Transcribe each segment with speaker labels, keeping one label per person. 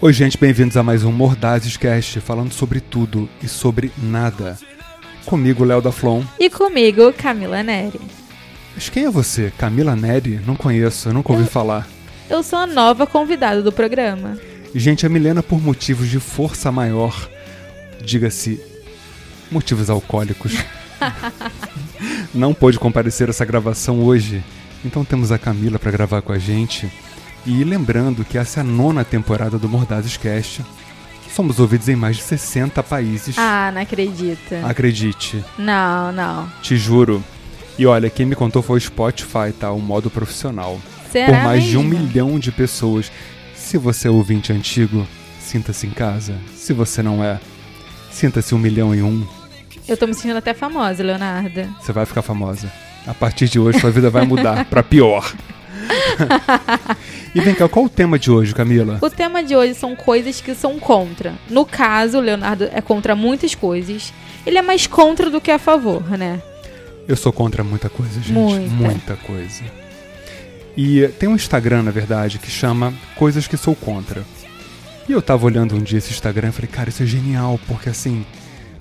Speaker 1: Oi, gente, bem-vindos a mais um Mordazes Cast, falando sobre tudo e sobre nada. Comigo, Léo da Flon.
Speaker 2: E comigo, Camila Neri.
Speaker 1: Mas quem é você? Camila Neri? Não conheço, eu nunca ouvi falar.
Speaker 2: Eu sou a nova convidada do programa.
Speaker 1: E, Gente, a Milena, por motivos de força maior, diga-se, motivos alcoólicos, não pôde comparecer a essa gravação hoje. Então temos a Camila para gravar com a gente. E lembrando que essa é a nona temporada do Mordazes Cast. Somos ouvidos em mais de 60 países.
Speaker 2: Ah, não acredita.
Speaker 1: Acredite,
Speaker 2: Não, não.
Speaker 1: te juro. E olha, quem me contou foi o Spotify, tá? O modo profissional.
Speaker 2: Será
Speaker 1: por mais de um
Speaker 2: mesmo?
Speaker 1: milhão de pessoas. Se você é ouvinte antigo, sinta-se em casa. Se você não é, sinta-se um milhão e um.
Speaker 2: Eu tô me sentindo até famosa, Leonardo.
Speaker 1: Você vai ficar famosa. A partir de hoje, sua vida vai mudar pra pior. e vem cá, qual o tema de hoje, Camila?
Speaker 2: O tema de hoje são coisas que são contra. No caso, o Leonardo é contra muitas coisas. Ele é mais contra do que a favor, né?
Speaker 1: Eu sou contra muita coisa, gente.
Speaker 2: Muita.
Speaker 1: muita coisa. E eh, tem um Instagram, na verdade, que chama Coisas que Sou Contra. E eu tava olhando um dia esse Instagram e falei, cara, isso é genial, porque assim,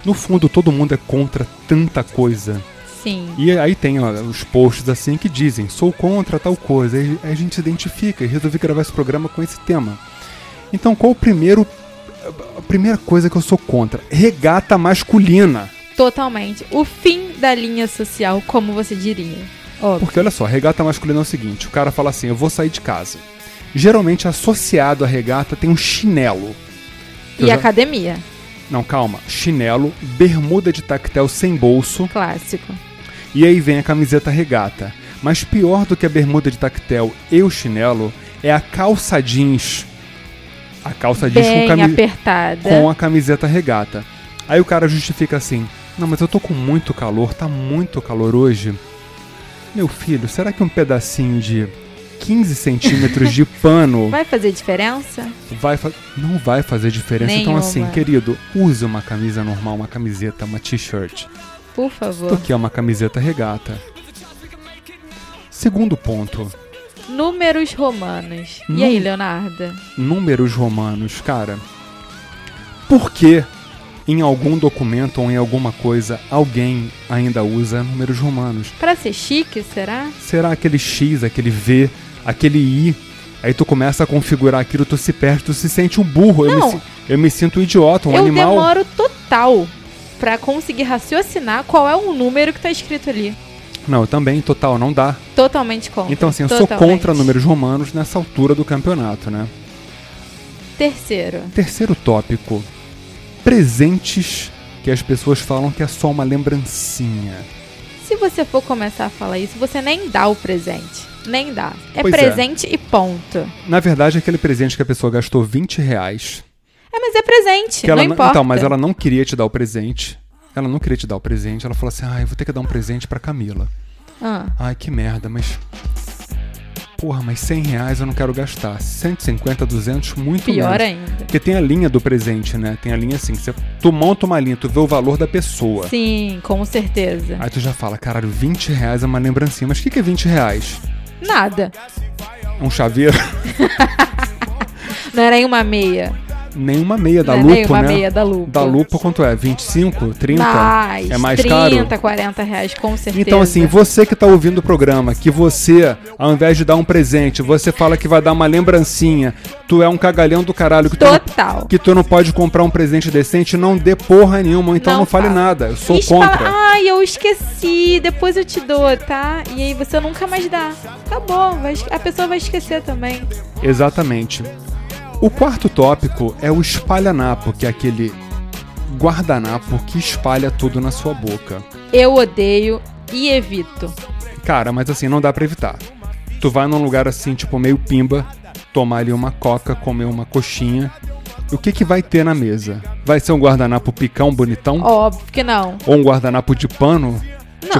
Speaker 1: no fundo todo mundo é contra tanta coisa.
Speaker 2: Sim.
Speaker 1: E aí tem ó, os posts assim que dizem, sou contra tal coisa. Aí aí a gente se identifica e resolvi gravar esse programa com esse tema. Então qual o primeiro. eh, A primeira coisa que eu sou contra? Regata masculina.
Speaker 2: Totalmente. O fim da linha social, como você diria. Ó,
Speaker 1: Porque olha só, regata masculina é o seguinte: o cara fala assim, eu vou sair de casa. Geralmente associado à regata tem um chinelo. Eu
Speaker 2: e
Speaker 1: já-
Speaker 2: academia,
Speaker 1: Não, calma. Chinelo, bermuda de tactel sem bolso,
Speaker 2: clássico.
Speaker 1: e aí vem a camiseta regata. Mas pior do que a bermuda de tactel e o chinelo é a calça jeans. A calça jeans com,
Speaker 2: Bem
Speaker 1: cami-
Speaker 2: apertada.
Speaker 1: com a camiseta regata. Aí o cara justifica assim: Não, mas eu tô com muito calor, tá muito calor hoje. Meu filho, será que um pedacinho de 15 centímetros de pano
Speaker 2: Vai fazer diferença?
Speaker 1: vai fa- não vai fazer diferença? Então,
Speaker 2: Nenhuma.
Speaker 1: assim, querido, use uma camisa normal, uma camiseta, uma t-shirt.
Speaker 2: Por favor.
Speaker 1: Porque é uma camiseta regata. Segundo ponto,
Speaker 2: Números romanos. E
Speaker 1: Hum.
Speaker 2: aí, Leonardo?
Speaker 1: números romanos, cara. Por que em algum documento ou em alguma coisa alguém ainda usa números romanos?
Speaker 2: Pra ser chique, será?
Speaker 1: Será aquele X, aquele V, aquele I? Aí tu começa a configurar aquilo, tu se perde, tu se sente um burro. Eu me,
Speaker 2: Não.
Speaker 1: si- eu me sinto um idiota, um
Speaker 2: eu
Speaker 1: animal.
Speaker 2: demoro total pra conseguir raciocinar qual é o número que tá escrito ali.
Speaker 1: Não, eu também, total, não dá.
Speaker 2: Totalmente contra.
Speaker 1: Então assim, eu sou
Speaker 2: Totalmente.
Speaker 1: contra números romanos nessa altura do campeonato, né?
Speaker 2: Terceiro.
Speaker 1: Terceiro tópico: presentes que as pessoas falam que é só uma lembrancinha.
Speaker 2: Se você for começar a falar isso, você nem dá o presente. Nem dá. É
Speaker 1: Pois é.
Speaker 2: presente e ponto.
Speaker 1: Na verdade, é aquele presente que a pessoa gastou 20 reais.
Speaker 2: É, mas é presente.
Speaker 1: Que
Speaker 2: não
Speaker 1: ela
Speaker 2: importa.
Speaker 1: Então, mas ela não queria te dar o presente. Ela não queria te dar o presente. Ela falou assim: ah, eu vou ter que dar um presente pra Camila.
Speaker 2: Ah,
Speaker 1: Ai, que merda, mas. Porra, mas 100 reais eu não quero gastar. 150, 200, muito
Speaker 2: pior
Speaker 1: menos.
Speaker 2: ainda.
Speaker 1: Porque tem a linha do presente, né? Tem a linha assim, que você, tu monta uma linha, tu vê o valor da pessoa.
Speaker 2: Sim, com certeza.
Speaker 1: Aí tu já fala, caralho, 20 reais é uma lembrancinha. Mas o que, que é 20 reais?
Speaker 2: Nada.
Speaker 1: É Um chaveiro?
Speaker 2: Não era nem uma meia.
Speaker 1: Nenhuma meia da
Speaker 2: não
Speaker 1: Lupo,
Speaker 2: é nem uma
Speaker 1: né?
Speaker 2: meia da lupa.
Speaker 1: Da Lupo quanto é? 25? 30?
Speaker 2: Mais,
Speaker 1: é mais
Speaker 2: 30,
Speaker 1: caro?
Speaker 2: 40 reais, com certeza.
Speaker 1: Então, assim, você que tá ouvindo o programa, que você, ao invés de dar um presente, você fala que vai dar uma lembrancinha, tu é um cagalhão do caralho que tu, não,
Speaker 2: Total.
Speaker 1: que tu não pode comprar um presente decente, não dê porra nenhuma, ou então não,
Speaker 2: Não
Speaker 1: fale
Speaker 2: fala.
Speaker 1: nada. Eu sou
Speaker 2: Ixi,
Speaker 1: contra.
Speaker 2: Fala, ah. Ai, eu esqueci, depois eu te dou, tá? E aí você nunca mais dá. Tá bom, vai esque- a pessoa vai esquecer também.
Speaker 1: Exatamente. O quarto tópico é o espalhanapo, que é aquele guardanapo que espalha tudo na sua boca.
Speaker 2: Eu odeio e evito.
Speaker 1: Cara, mas assim, não dá pra evitar. Tu vai num lugar assim, tipo meio pimba, tomar ali uma coca, comer uma coxinha. O que que vai ter na mesa? Vai ser um guardanapo picão bonitão?
Speaker 2: Óbvio que não.
Speaker 1: Ou um guardanapo de pano?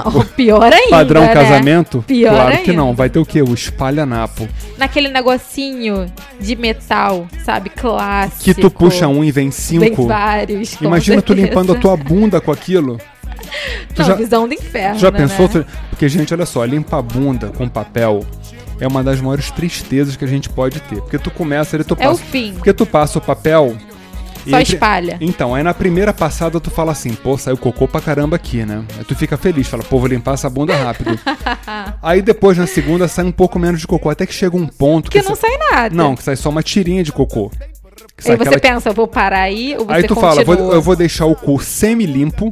Speaker 2: Não, pior ainda.
Speaker 1: Tipo, Padrão
Speaker 2: né?
Speaker 1: casamento?
Speaker 2: Pior
Speaker 1: claro que
Speaker 2: ainda.
Speaker 1: não. Vai ter o quê? O espalhanapo.
Speaker 2: Naquele negocinho de metal, sabe? Clássico.
Speaker 1: Que tu puxa um e vem
Speaker 2: Tem
Speaker 1: cinco.
Speaker 2: vários. com
Speaker 1: Imagina tu
Speaker 2: certeza.
Speaker 1: limpando a tua bunda com aquilo. Tu
Speaker 2: Não,
Speaker 1: já-
Speaker 2: visão do inferno.
Speaker 1: Já pensou?
Speaker 2: Né?
Speaker 1: tu- Porque, gente, olha só, limpar a bunda com papel é uma das maiores tristezas que a gente pode ter. Porque tu começa ali, tu
Speaker 2: É o
Speaker 1: passa.
Speaker 2: fim.
Speaker 1: Porque tu passa o papel.
Speaker 2: Só
Speaker 1: entre-
Speaker 2: espalha.
Speaker 1: Então, aí na primeira passada tu fala assim, pô, saiu cocô pra caramba aqui, né? Aí tu fica feliz, fala, pô, vou limpar essa bunda rápido. aí depois, na segunda, sai um pouco menos de cocô, até que chega um ponto
Speaker 2: Porque não sai nada.
Speaker 1: Não, que sai só uma tirinha de cocô. Que
Speaker 2: Aí
Speaker 1: sai
Speaker 2: você
Speaker 1: aquela-
Speaker 2: pensa, eu vou parar aí ou você
Speaker 1: Aí tu
Speaker 2: continua?
Speaker 1: fala, vou- eu vou deixar o cu semi-limpo,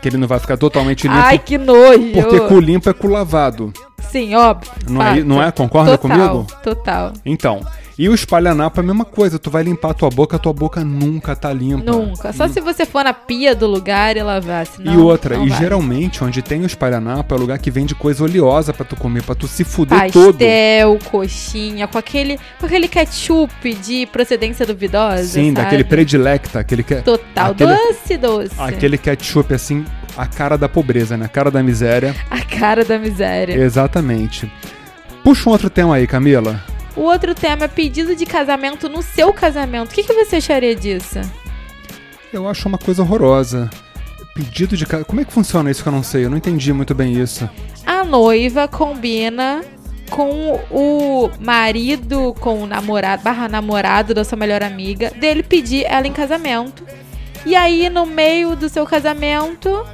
Speaker 1: que ele não vai ficar totalmente limpo,
Speaker 2: Ai, que nojo.
Speaker 1: porque cu limpo é cu lavado.
Speaker 2: Sim, óbvio.
Speaker 1: Não é,
Speaker 2: fato.
Speaker 1: não é? Concorda
Speaker 2: total,
Speaker 1: comigo?
Speaker 2: Total.
Speaker 1: Então, e o espalhanapo é a mesma coisa. Tu vai limpar a tua boca, a tua boca nunca tá limpa.
Speaker 2: Nunca. Só se você for na pia do lugar e lavar. Senão,
Speaker 1: e outra,
Speaker 2: não
Speaker 1: e
Speaker 2: vai.
Speaker 1: geralmente onde tem o espalhanapo é lugar que vende coisa oleosa pra tu comer, pra tu se fuder todo.
Speaker 2: Pastel, coxinha, com aquele, com aquele ketchup de procedência duvidosa.
Speaker 1: Sim,
Speaker 2: sabe?
Speaker 1: daquele predilecta, aquele que é-
Speaker 2: Total.
Speaker 1: aquele-
Speaker 2: Doce, doce.
Speaker 1: aquele ketchup assim, a cara da pobreza, né? A cara da miséria.
Speaker 2: A cara da miséria.
Speaker 1: Exatamente. Puxa um outro tema aí, Camila.
Speaker 2: O outro tema é pedido de casamento no seu casamento. O que, que você acharia disso?
Speaker 1: Eu acho uma coisa horrorosa. Pedido de casa. Como é que funciona isso que eu não sei? Eu não entendi muito bem isso.
Speaker 2: A noiva combina com o marido, com o namorado, barra namorado da sua melhor amiga, dele pedir ela em casamento. E aí, no meio do seu casamento,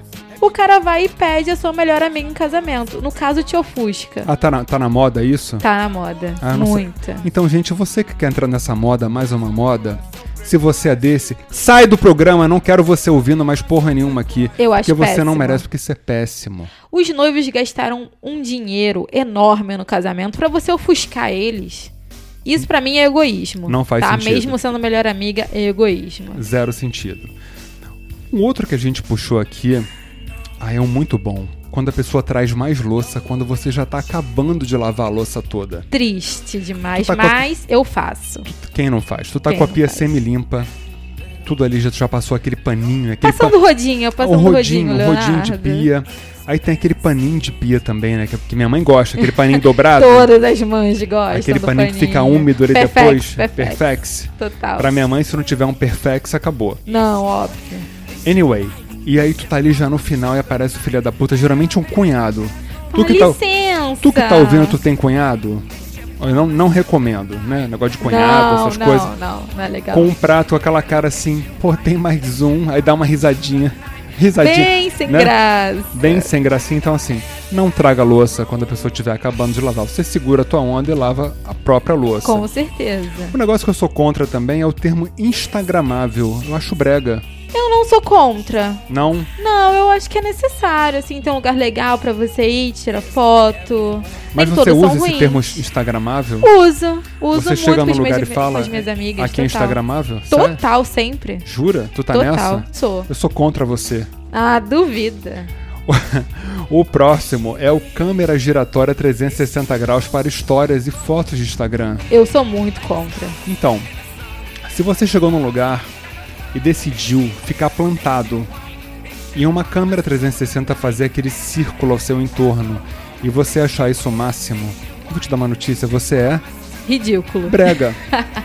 Speaker 2: o cara vai e pede a sua melhor amiga em casamento. No caso, te ofusca.
Speaker 1: Ah, tá na, tá na moda isso?
Speaker 2: Tá na moda.
Speaker 1: Ah, não sei.
Speaker 2: Muita.
Speaker 1: Então, gente, você que quer entrar nessa moda, mais uma moda, se você é desse, sai do programa, não quero você ouvindo mais porra nenhuma aqui.
Speaker 2: Eu acho
Speaker 1: Porque você não
Speaker 2: péssimo.
Speaker 1: merece, porque isso é péssimo.
Speaker 2: Os noivos gastaram um dinheiro enorme no casamento pra você ofuscar eles. Isso pra mim é egoísmo.
Speaker 1: Não faz
Speaker 2: tá?
Speaker 1: sentido.
Speaker 2: Mesmo sendo melhor amiga, é egoísmo.
Speaker 1: Zero sentido. Um outro que a gente puxou aqui ah, é um muito bom. Quando a pessoa traz mais louça, quando você já tá acabando de lavar a louça toda.
Speaker 2: triste demais,
Speaker 1: Tu tá com a-
Speaker 2: mas eu faço.
Speaker 1: Quem não faz? Tu tá
Speaker 2: Quem
Speaker 1: com a
Speaker 2: não
Speaker 1: pia
Speaker 2: faz?
Speaker 1: semi-limpa, tudo ali já, já passou aquele paninho, aquele pa-
Speaker 2: Passando rodinho,
Speaker 1: o
Speaker 2: passando
Speaker 1: tá um rodinho,
Speaker 2: um rodinho, né? Ah,
Speaker 1: o rodinho de
Speaker 2: Leonardo.
Speaker 1: pia. Aí tem aquele paninho de pia também, né? Que, que minha mãe gosta, aquele paninho dobrado.
Speaker 2: Todas as mães gostam
Speaker 1: Aquele
Speaker 2: do
Speaker 1: paninho, que fica úmido ali
Speaker 2: Perfex,
Speaker 1: depois.
Speaker 2: Perfex,
Speaker 1: Perfex.
Speaker 2: Total.
Speaker 1: Pra minha mãe, se não tiver um perfex, acabou.
Speaker 2: Não, óbvio.
Speaker 1: Anyway, e aí tu tá ali já no final e aparece o filho da puta, geralmente um cunhado. Tu
Speaker 2: Com
Speaker 1: que, tá,
Speaker 2: licença.
Speaker 1: tu que tá ouvindo, tu tem cunhado? Eu não, não recomendo, né? Negócio de cunhado,
Speaker 2: não,
Speaker 1: essas
Speaker 2: não,
Speaker 1: coisas.
Speaker 2: Não, não, não é legal.
Speaker 1: Com um prato, aquela cara assim, pô, tem mais um, aí dá uma risadinha. Risadinha.
Speaker 2: Bem sem
Speaker 1: né?
Speaker 2: graça.
Speaker 1: Bem sem gracinha, então assim, não traga louça quando a pessoa estiver acabando de lavar. Você segura a tua onda e lava a própria louça.
Speaker 2: Com certeza.
Speaker 1: O negócio que eu sou contra também é o termo instagramável. Eu acho brega.
Speaker 2: Eu não sou contra.
Speaker 1: Não,
Speaker 2: Não, eu acho que é necessário, assim, ter um lugar legal pra você ir, tirar foto.
Speaker 1: mas
Speaker 2: Nem
Speaker 1: você
Speaker 2: todos
Speaker 1: usa
Speaker 2: são
Speaker 1: esse
Speaker 2: ruins.
Speaker 1: termo instagramável?
Speaker 2: Uso, uso
Speaker 1: você
Speaker 2: muito
Speaker 1: chega
Speaker 2: com
Speaker 1: no
Speaker 2: as
Speaker 1: lugar e
Speaker 2: minhas,
Speaker 1: fala,
Speaker 2: com as minhas amigas.
Speaker 1: aqui é
Speaker 2: total.
Speaker 1: instagramável? Sério?
Speaker 2: Total, sempre.
Speaker 1: Jura? Tu é? tá
Speaker 2: Total,
Speaker 1: nessa?
Speaker 2: sou.
Speaker 1: Eu sou contra você.
Speaker 2: Ah, duvida.
Speaker 1: O próximo é o câmera giratória 360 graus para histórias e fotos de Instagram.
Speaker 2: Eu sou muito contra.
Speaker 1: Então, se você chegou num lugar e decidiu ficar plantado e uma câmera 360 fazer aquele círculo ao seu entorno e você achar isso o máximo, eu vou te dar uma notícia: você é
Speaker 2: Ridículo.
Speaker 1: brega,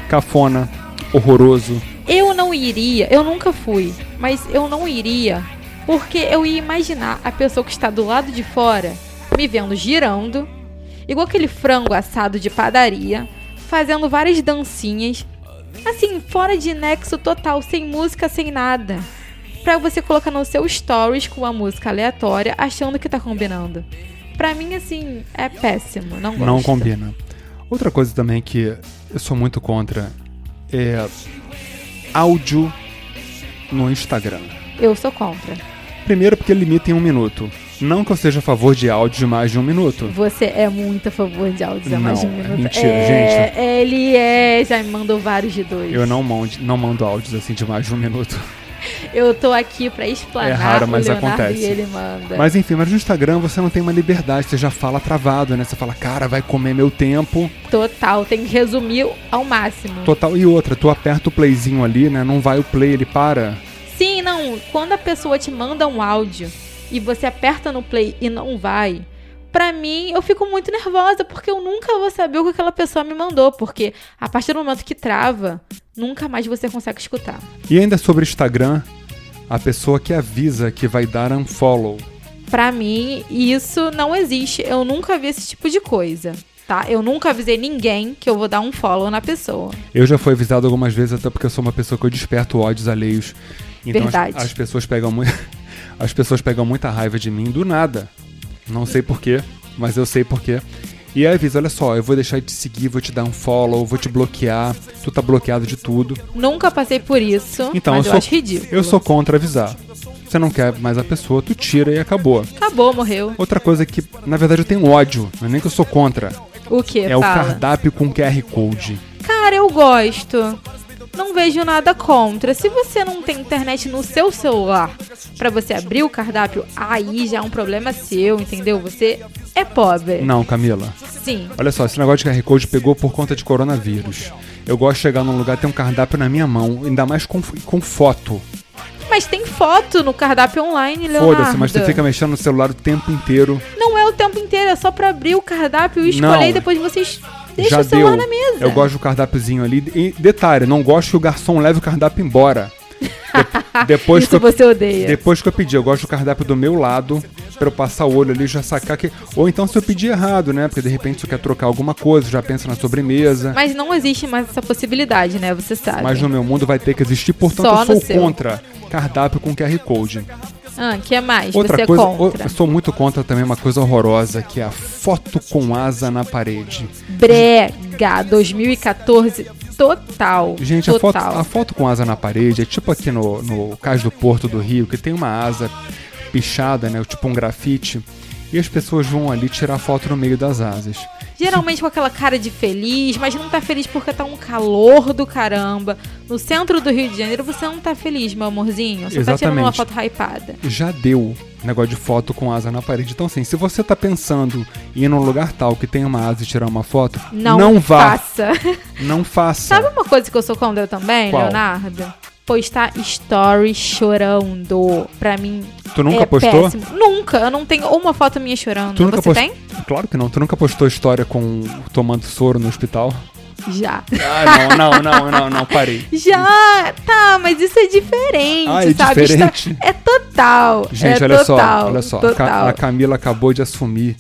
Speaker 1: cafona, horroroso.
Speaker 2: Eu não iria, eu nunca fui, mas eu não iria porque eu ia imaginar a pessoa que está do lado de fora me vendo girando, igual aquele frango assado de padaria, fazendo várias dancinhas, assim, fora de nexo total, sem música, sem nada. Pra você colocar no seu stories com uma música aleatória, achando que tá combinando. Pra mim, assim, é péssimo. Não gosto.
Speaker 1: Não combina. Outra coisa também que eu sou muito contra é áudio no Instagram.
Speaker 2: Eu sou contra.
Speaker 1: Primeiro porque limita em um minuto. Não que eu seja a favor de áudio de mais de um minuto.
Speaker 2: Você é muito a favor de áudios a mais de um
Speaker 1: Não, é
Speaker 2: minuto.
Speaker 1: mentira,
Speaker 2: é, Ele é, já me mandou vários de dois.
Speaker 1: Eu não mando, não mando áudios assim de mais de um minuto.
Speaker 2: Eu tô aqui pra explanar
Speaker 1: É raro, mas
Speaker 2: o Leonardo
Speaker 1: acontece.
Speaker 2: e ele manda.
Speaker 1: Mas enfim, mas no Instagram você não tem uma liberdade, você já fala travado, né? Você fala, cara, vai comer meu tempo.
Speaker 2: Total, tem que resumir ao máximo.
Speaker 1: Total. E outra, tu aperta o playzinho ali, né? Não vai o play, ele para.
Speaker 2: Sim, não, quando a pessoa te manda um áudio e você aperta no play e não vai, pra mim eu fico muito nervosa porque eu nunca vou saber o que aquela pessoa me mandou, porque a partir do momento que trava, nunca mais você consegue escutar.
Speaker 1: E ainda sobre Instagram, a pessoa que avisa que vai dar unfollow.
Speaker 2: Pra mim, isso não existe. Eu nunca vi esse tipo de coisa. tá? Eu nunca avisei ninguém que eu vou dar um follow na pessoa.
Speaker 1: Eu já fui avisado algumas vezes, até porque eu sou uma pessoa que eu desperto ódios alheios. Então as-
Speaker 2: Verdade.
Speaker 1: As, pessoas pegam muito. As pessoas pegam muita raiva de mim do nada. Não sei porquê, mas eu sei porquê. E aí avisa, olha só, eu vou deixar de te seguir, vou te dar um follow, vou te bloquear, tu tá bloqueado de tudo.
Speaker 2: Nunca passei por isso,
Speaker 1: Então
Speaker 2: mas eu,
Speaker 1: eu sou
Speaker 2: acho ridículo.
Speaker 1: Eu sou contra avisar. Você não quer mais a pessoa, tu tira e acabou.
Speaker 2: Acabou, morreu.
Speaker 1: Outra coisa que, na verdade, eu tenho ódio, não é nem que eu sou contra.
Speaker 2: O que?
Speaker 1: É o
Speaker 2: Fala.
Speaker 1: cardápio com QR Code.
Speaker 2: Cara, eu gosto. Não vejo nada contra. Se você não tem internet no seu celular pra você abrir o cardápio, aí já é um problema seu, entendeu? Você é pobre.
Speaker 1: Não, Camila.
Speaker 2: Sim.
Speaker 1: Olha só, esse negócio de QR Code pegou por conta de coronavírus. Eu gosto de chegar num lugar e ter um cardápio na minha mão, ainda mais com, com foto.
Speaker 2: Mas tem foto no cardápio online, Leonardo.
Speaker 1: Foda-se, mas tu fica mexendo no celular o tempo inteiro.
Speaker 2: Não é o tempo inteiro, é só pra abrir o cardápio e escolher
Speaker 1: Não.
Speaker 2: e depois vocês deixam
Speaker 1: Já
Speaker 2: o celular
Speaker 1: deu.
Speaker 2: na mesa.
Speaker 1: Eu gosto do cardápiozinho ali. E detalhe, não gosto que o garçom leve o cardápio embora. De- depois,
Speaker 2: Isso
Speaker 1: que eu,
Speaker 2: você odeia.
Speaker 1: depois que eu pedi, eu gosto do cardápio do meu lado, pra eu passar o olho ali e já sacar que. Ou então se eu pedir errado, né? Porque de repente você quer trocar alguma coisa, já pensa na sobremesa.
Speaker 2: Mas não existe mais essa possibilidade, né? Você sabe.
Speaker 1: Mas no meu mundo vai ter que existir, portanto
Speaker 2: Só
Speaker 1: eu sou
Speaker 2: no seu.
Speaker 1: contra cardápio com QR Code.
Speaker 2: Ah, que é mais?
Speaker 1: Outra
Speaker 2: você é
Speaker 1: coisa,
Speaker 2: contra.
Speaker 1: eu sou muito contra também uma coisa horrorosa, que é a foto com asa na parede.
Speaker 2: Brega 2014 total.
Speaker 1: Gente, a foto, tá-
Speaker 2: total.
Speaker 1: a foto com asa na parede é tipo aqui no, no Cais do Porto do Rio, que tem uma asa pichada, né? Tipo um grafite. E as pessoas vão ali tirar foto no meio das asas.
Speaker 2: Geralmente com aquela cara de feliz, mas não tá feliz porque tá um calor do caramba. No centro do Rio de Janeiro você não tá feliz, meu amorzinho. Você tá tirando uma
Speaker 1: Exatamente.
Speaker 2: foto hypada.
Speaker 1: Já deu negócio de foto com asa na parede. Então, assim, se você tá pensando em ir num lugar tal que tem uma asa e tirar uma foto,
Speaker 2: Não,
Speaker 1: vá.
Speaker 2: faça.
Speaker 1: Não faça.
Speaker 2: Sabe uma coisa que eu sou contra também,
Speaker 1: Qual?
Speaker 2: Leonardo? Postar story chorando. Pra mim.
Speaker 1: Tu nunca
Speaker 2: é
Speaker 1: postou?
Speaker 2: péssimo. Nunca. Eu não tenho uma foto minha chorando.
Speaker 1: Tu nunca
Speaker 2: você
Speaker 1: post-
Speaker 2: tem?
Speaker 1: Claro que não. Tu nunca postou história com tomando soro no hospital?
Speaker 2: Já.
Speaker 1: Ah, não, não, não, não, não, parei.
Speaker 2: Já, tá, mas isso é diferente,
Speaker 1: Ah, é
Speaker 2: sabe?
Speaker 1: diferente?
Speaker 2: Está- É total.
Speaker 1: Gente,
Speaker 2: é
Speaker 1: olha
Speaker 2: total,
Speaker 1: só, olha só. A Ca-
Speaker 2: Total.
Speaker 1: A Camila acabou de assumir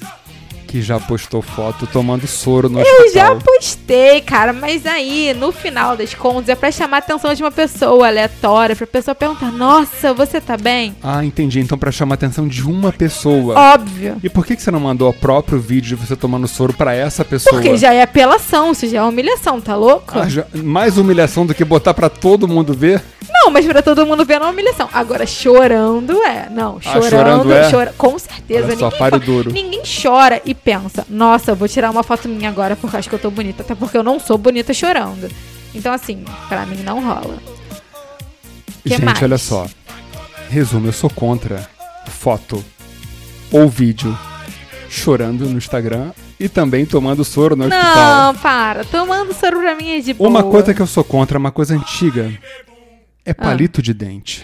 Speaker 1: que já postou foto tomando soro no
Speaker 2: Eu já
Speaker 1: hospital.
Speaker 2: postei, cara, mas aí, no final das contas, é pra chamar a atenção de uma pessoa aleatória, pra pessoa perguntar: Nossa, você tá bem?
Speaker 1: Ah, entendi. Então pra chamar a atenção de uma pessoa.
Speaker 2: Óbvio.
Speaker 1: E por que, que você não mandou o próprio vídeo de você tomando soro pra essa pessoa?
Speaker 2: Porque já é apelação, isso já é humilhação, tá louco?
Speaker 1: Ah, já- Mais humilhação do que botar pra todo mundo ver?
Speaker 2: Não, mas pra todo mundo ver não é humilhação. Agora, chorando é. Não, chorando,
Speaker 1: chorando é?
Speaker 2: chora- Com certeza.
Speaker 1: Olha só,
Speaker 2: ninguém,
Speaker 1: pare
Speaker 2: fa-
Speaker 1: duro.
Speaker 2: ninguém chora e pensa, nossa, eu vou tirar uma foto minha agora porque eu acho que eu tô bonita. Até porque eu não sou bonita chorando. Então, assim, pra mim não rola. Que
Speaker 1: Gente,
Speaker 2: mais?
Speaker 1: olha só. Resumo, eu sou contra foto ou vídeo chorando no Instagram e também tomando soro no hospital.
Speaker 2: Não, para. Tomando soro pra mim é de boa. Ah.
Speaker 1: Uma coisa que eu sou contra, uma coisa antiga, é palito de dente.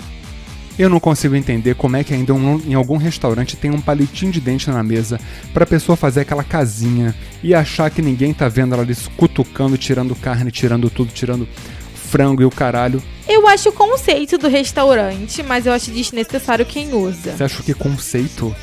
Speaker 1: Eu não consigo entender como é que ainda um- em algum restaurante tem um palitinho de dente na mesa pra pessoa fazer aquela casinha e achar que ninguém tá vendo ela ali se cutucando, tirando carne, tirando tudo, tirando frango e o caralho.
Speaker 2: Eu acho o conceito do restaurante, mas eu acho desnecessário quem usa.
Speaker 1: Você acha que conceito?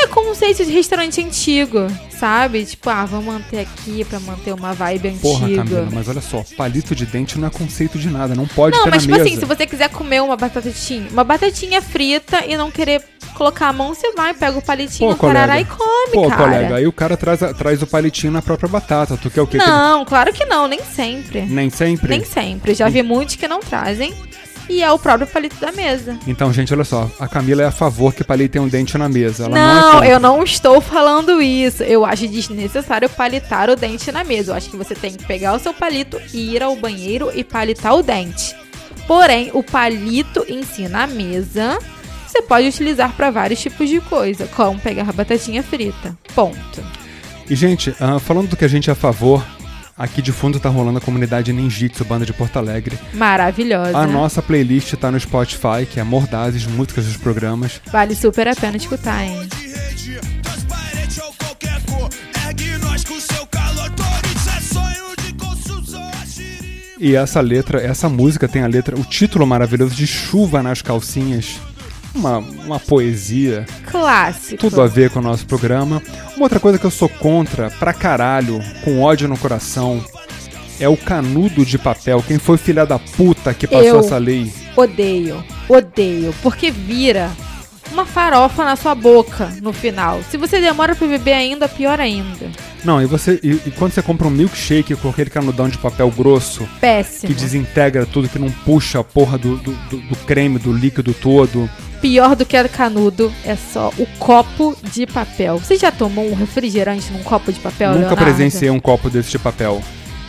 Speaker 2: É conceito de restaurante antigo, sabe? Tipo, ah, vamos manter aqui pra manter uma vibe
Speaker 1: Porra,
Speaker 2: antiga.
Speaker 1: Camila, mas olha só, palito de dente não é conceito de nada, não pode
Speaker 2: Não,
Speaker 1: ter na
Speaker 2: mas tipo
Speaker 1: mesa.
Speaker 2: assim, se você quiser comer uma batatinha, uma batatinha frita e não querer colocar a mão, você vai, pega o palitinho,
Speaker 1: Pô,
Speaker 2: o parará e
Speaker 1: colega.
Speaker 2: come,
Speaker 1: Pô,
Speaker 2: cara.
Speaker 1: colega, aí o cara traz, a- traz o palitinho na própria batata. Tu quer o quê? Que ele-
Speaker 2: Não, claro que não, nem sempre.
Speaker 1: Nem sempre?
Speaker 2: Nem sempre. Já vi muitos que não trazem. E é o próprio palito da mesa.
Speaker 1: Então, gente, olha só, a Camila é a favor que palito tem um dente na mesa. Ela não,
Speaker 2: não,
Speaker 1: é contra.
Speaker 2: eu não estou falando isso. Eu acho desnecessário palitar o dente na mesa. Eu acho que você tem que pegar o seu palito e ir ao banheiro e palitar o dente. Porém, o palito em si na mesa, você pode utilizar para vários tipos de coisa, como pegar batatinha frita. Ponto.
Speaker 1: E, gente, ah, falando do que a gente é a favor, aqui de fundo tá rolando a comunidade Ninjitsu, banda de Porto Alegre.
Speaker 2: Maravilhosa.
Speaker 1: A Ah, nossa playlist tá no Spotify, que é Mordazes, músicas dos programas.
Speaker 2: Vale super a pena escutar, hein?
Speaker 3: de rede, transparente ou qualquer cor. É agnóstico, seu calor, isso é sonho de construção, é xiri.
Speaker 1: E essa letra, essa música tem a letra, o título maravilhoso de Chuva nas Calcinhas. uma, uma poesia,
Speaker 2: Clássico.
Speaker 1: tudo a ver com o nosso programa. Uma outra coisa que eu sou contra, pra caralho, com ódio no coração, é o canudo de papel. Quem foi filha da puta que passou
Speaker 2: Eu.
Speaker 1: essa lei?
Speaker 2: Odeio, odeio, porque vira uma farofa na sua boca no final. Se você demora pra beber ainda, pior ainda.
Speaker 1: Não, e você. E, e quando você compra um milkshake com aquele canudão de papel grosso
Speaker 2: Péssimo.
Speaker 1: que desintegra tudo, que não puxa a porra do, do, do- do creme, do líquido todo.
Speaker 2: Pior do que a canudo é só o copo de papel. Você já tomou um refrigerante num copo de papel,
Speaker 1: Nunca
Speaker 2: Leonardo?
Speaker 1: presenciei um copo desse de papel.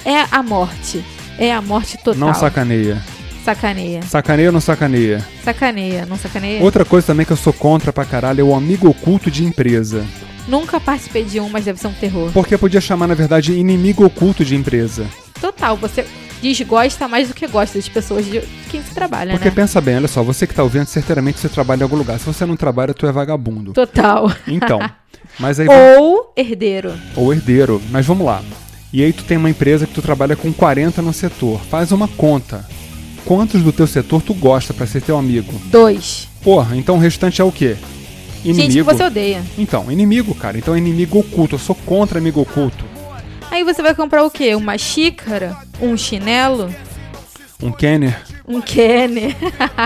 Speaker 2: É a morte. É a morte total.
Speaker 1: Não sacaneia.
Speaker 2: Sacaneia.
Speaker 1: Sacaneia ou não sacaneia?
Speaker 2: Sacaneia, não sacaneia?
Speaker 1: Outra coisa também que eu sou contra pra caralho é o amigo oculto de empresa.
Speaker 2: Nunca participei de um, mas deve ser um terror.
Speaker 1: Porque podia chamar, na verdade, inimigo oculto de empresa.
Speaker 2: Total, você desgosta mais do que gosta das pessoas de quem você trabalha,
Speaker 1: Porque
Speaker 2: né?
Speaker 1: pensa bem, olha só, você que tá ouvindo, certeiramente você trabalha em algum lugar. Se você não trabalha, tu é vagabundo.
Speaker 2: Total.
Speaker 1: Então. Mas aí.
Speaker 2: Ou herdeiro.
Speaker 1: ou herdeiro. Mas vamos lá. E aí tu tem uma empresa que tu trabalha com 40 no setor. Faz uma conta. Quantos do teu setor tu gosta pra ser teu amigo?
Speaker 2: Dois.
Speaker 1: Porra, então o restante é o quê? Inimigo.
Speaker 2: Gente que você odeia.
Speaker 1: Então, inimigo, cara. Então é inimigo oculto. Eu sou contra amigo oculto.
Speaker 2: Aí você vai comprar o quê? Uma xícara? Um chinelo?
Speaker 1: Um Kenner?
Speaker 2: Um Kenner?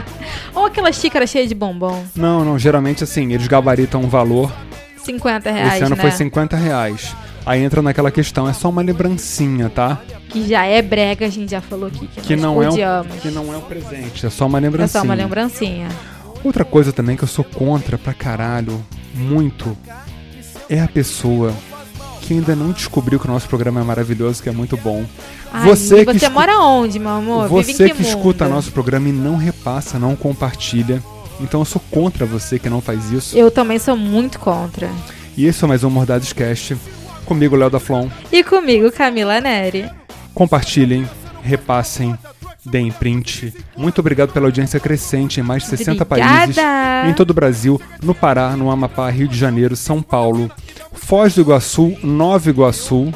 Speaker 2: Ou aquela xícara cheia de bombom?
Speaker 1: Não, não. Geralmente, assim, eles gabaritam um valor.
Speaker 2: 50 reais,
Speaker 1: Esse ano
Speaker 2: né?
Speaker 1: foi 50 reais. Aí entra naquela questão. É só uma lembrancinha, tá?
Speaker 2: Que já é brega, a gente já falou aqui. Que,
Speaker 1: Que
Speaker 2: nós
Speaker 1: não é
Speaker 2: odiamos.
Speaker 1: um, que não é um presente. É só uma
Speaker 2: É
Speaker 1: lembrancinha.
Speaker 2: só uma lembrancinha.
Speaker 1: Outra coisa também que eu sou contra pra caralho, muito, é a pessoa que ainda não descobriu que o nosso programa é maravilhoso, que é muito bom.
Speaker 2: Ai,
Speaker 1: Você que escu-
Speaker 2: mora onde, meu amor? Vive em
Speaker 1: você que
Speaker 2: mundo?
Speaker 1: escuta nosso programa e não repassa, não compartilha. Então eu sou contra você que não faz isso.
Speaker 2: Eu também sou muito contra.
Speaker 1: E esse é mais um Mordados Cast. Comigo, Léo da Flon.
Speaker 2: E comigo, Camila Neri.
Speaker 1: Compartilhem, repassem, deem print. Muito obrigado pela audiência crescente em mais de 60 países.
Speaker 2: Obrigada.
Speaker 1: Em todo o Brasil, no Pará, no Amapá, Rio de Janeiro, São Paulo, Foz do Iguaçu, Nova Iguaçu.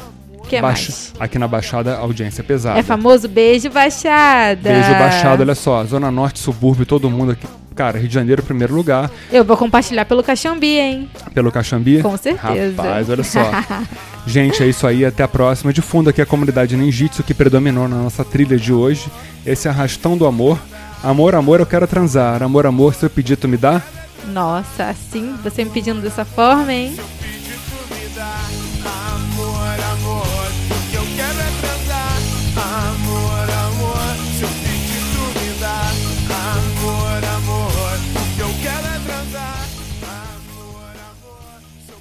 Speaker 2: que é
Speaker 1: Baixa-
Speaker 2: mais?
Speaker 1: Aqui na Baixada, audiência pesada.
Speaker 2: É famoso beijo baixada.
Speaker 1: Beijo Baixada, olha só. Zona Norte, subúrbio, todo mundo aqui. Cara, Rio de Janeiro, primeiro lugar,
Speaker 2: Eu vou compartilhar pelo Caxambi, hein?
Speaker 1: pelo Caxambi.
Speaker 2: Com certeza.
Speaker 1: Rapaz, olha só. Gente, é isso aí. Até a próxima. De fundo aqui é a comunidade ninjitsu que predominou na nossa trilha de hoje. Esse arrastão do amor. Amor, amor, eu quero transar. Amor, amor, se eu pedir, tu me dá?
Speaker 2: Nossa, assim, você me pedindo dessa forma, hein?
Speaker 3: é é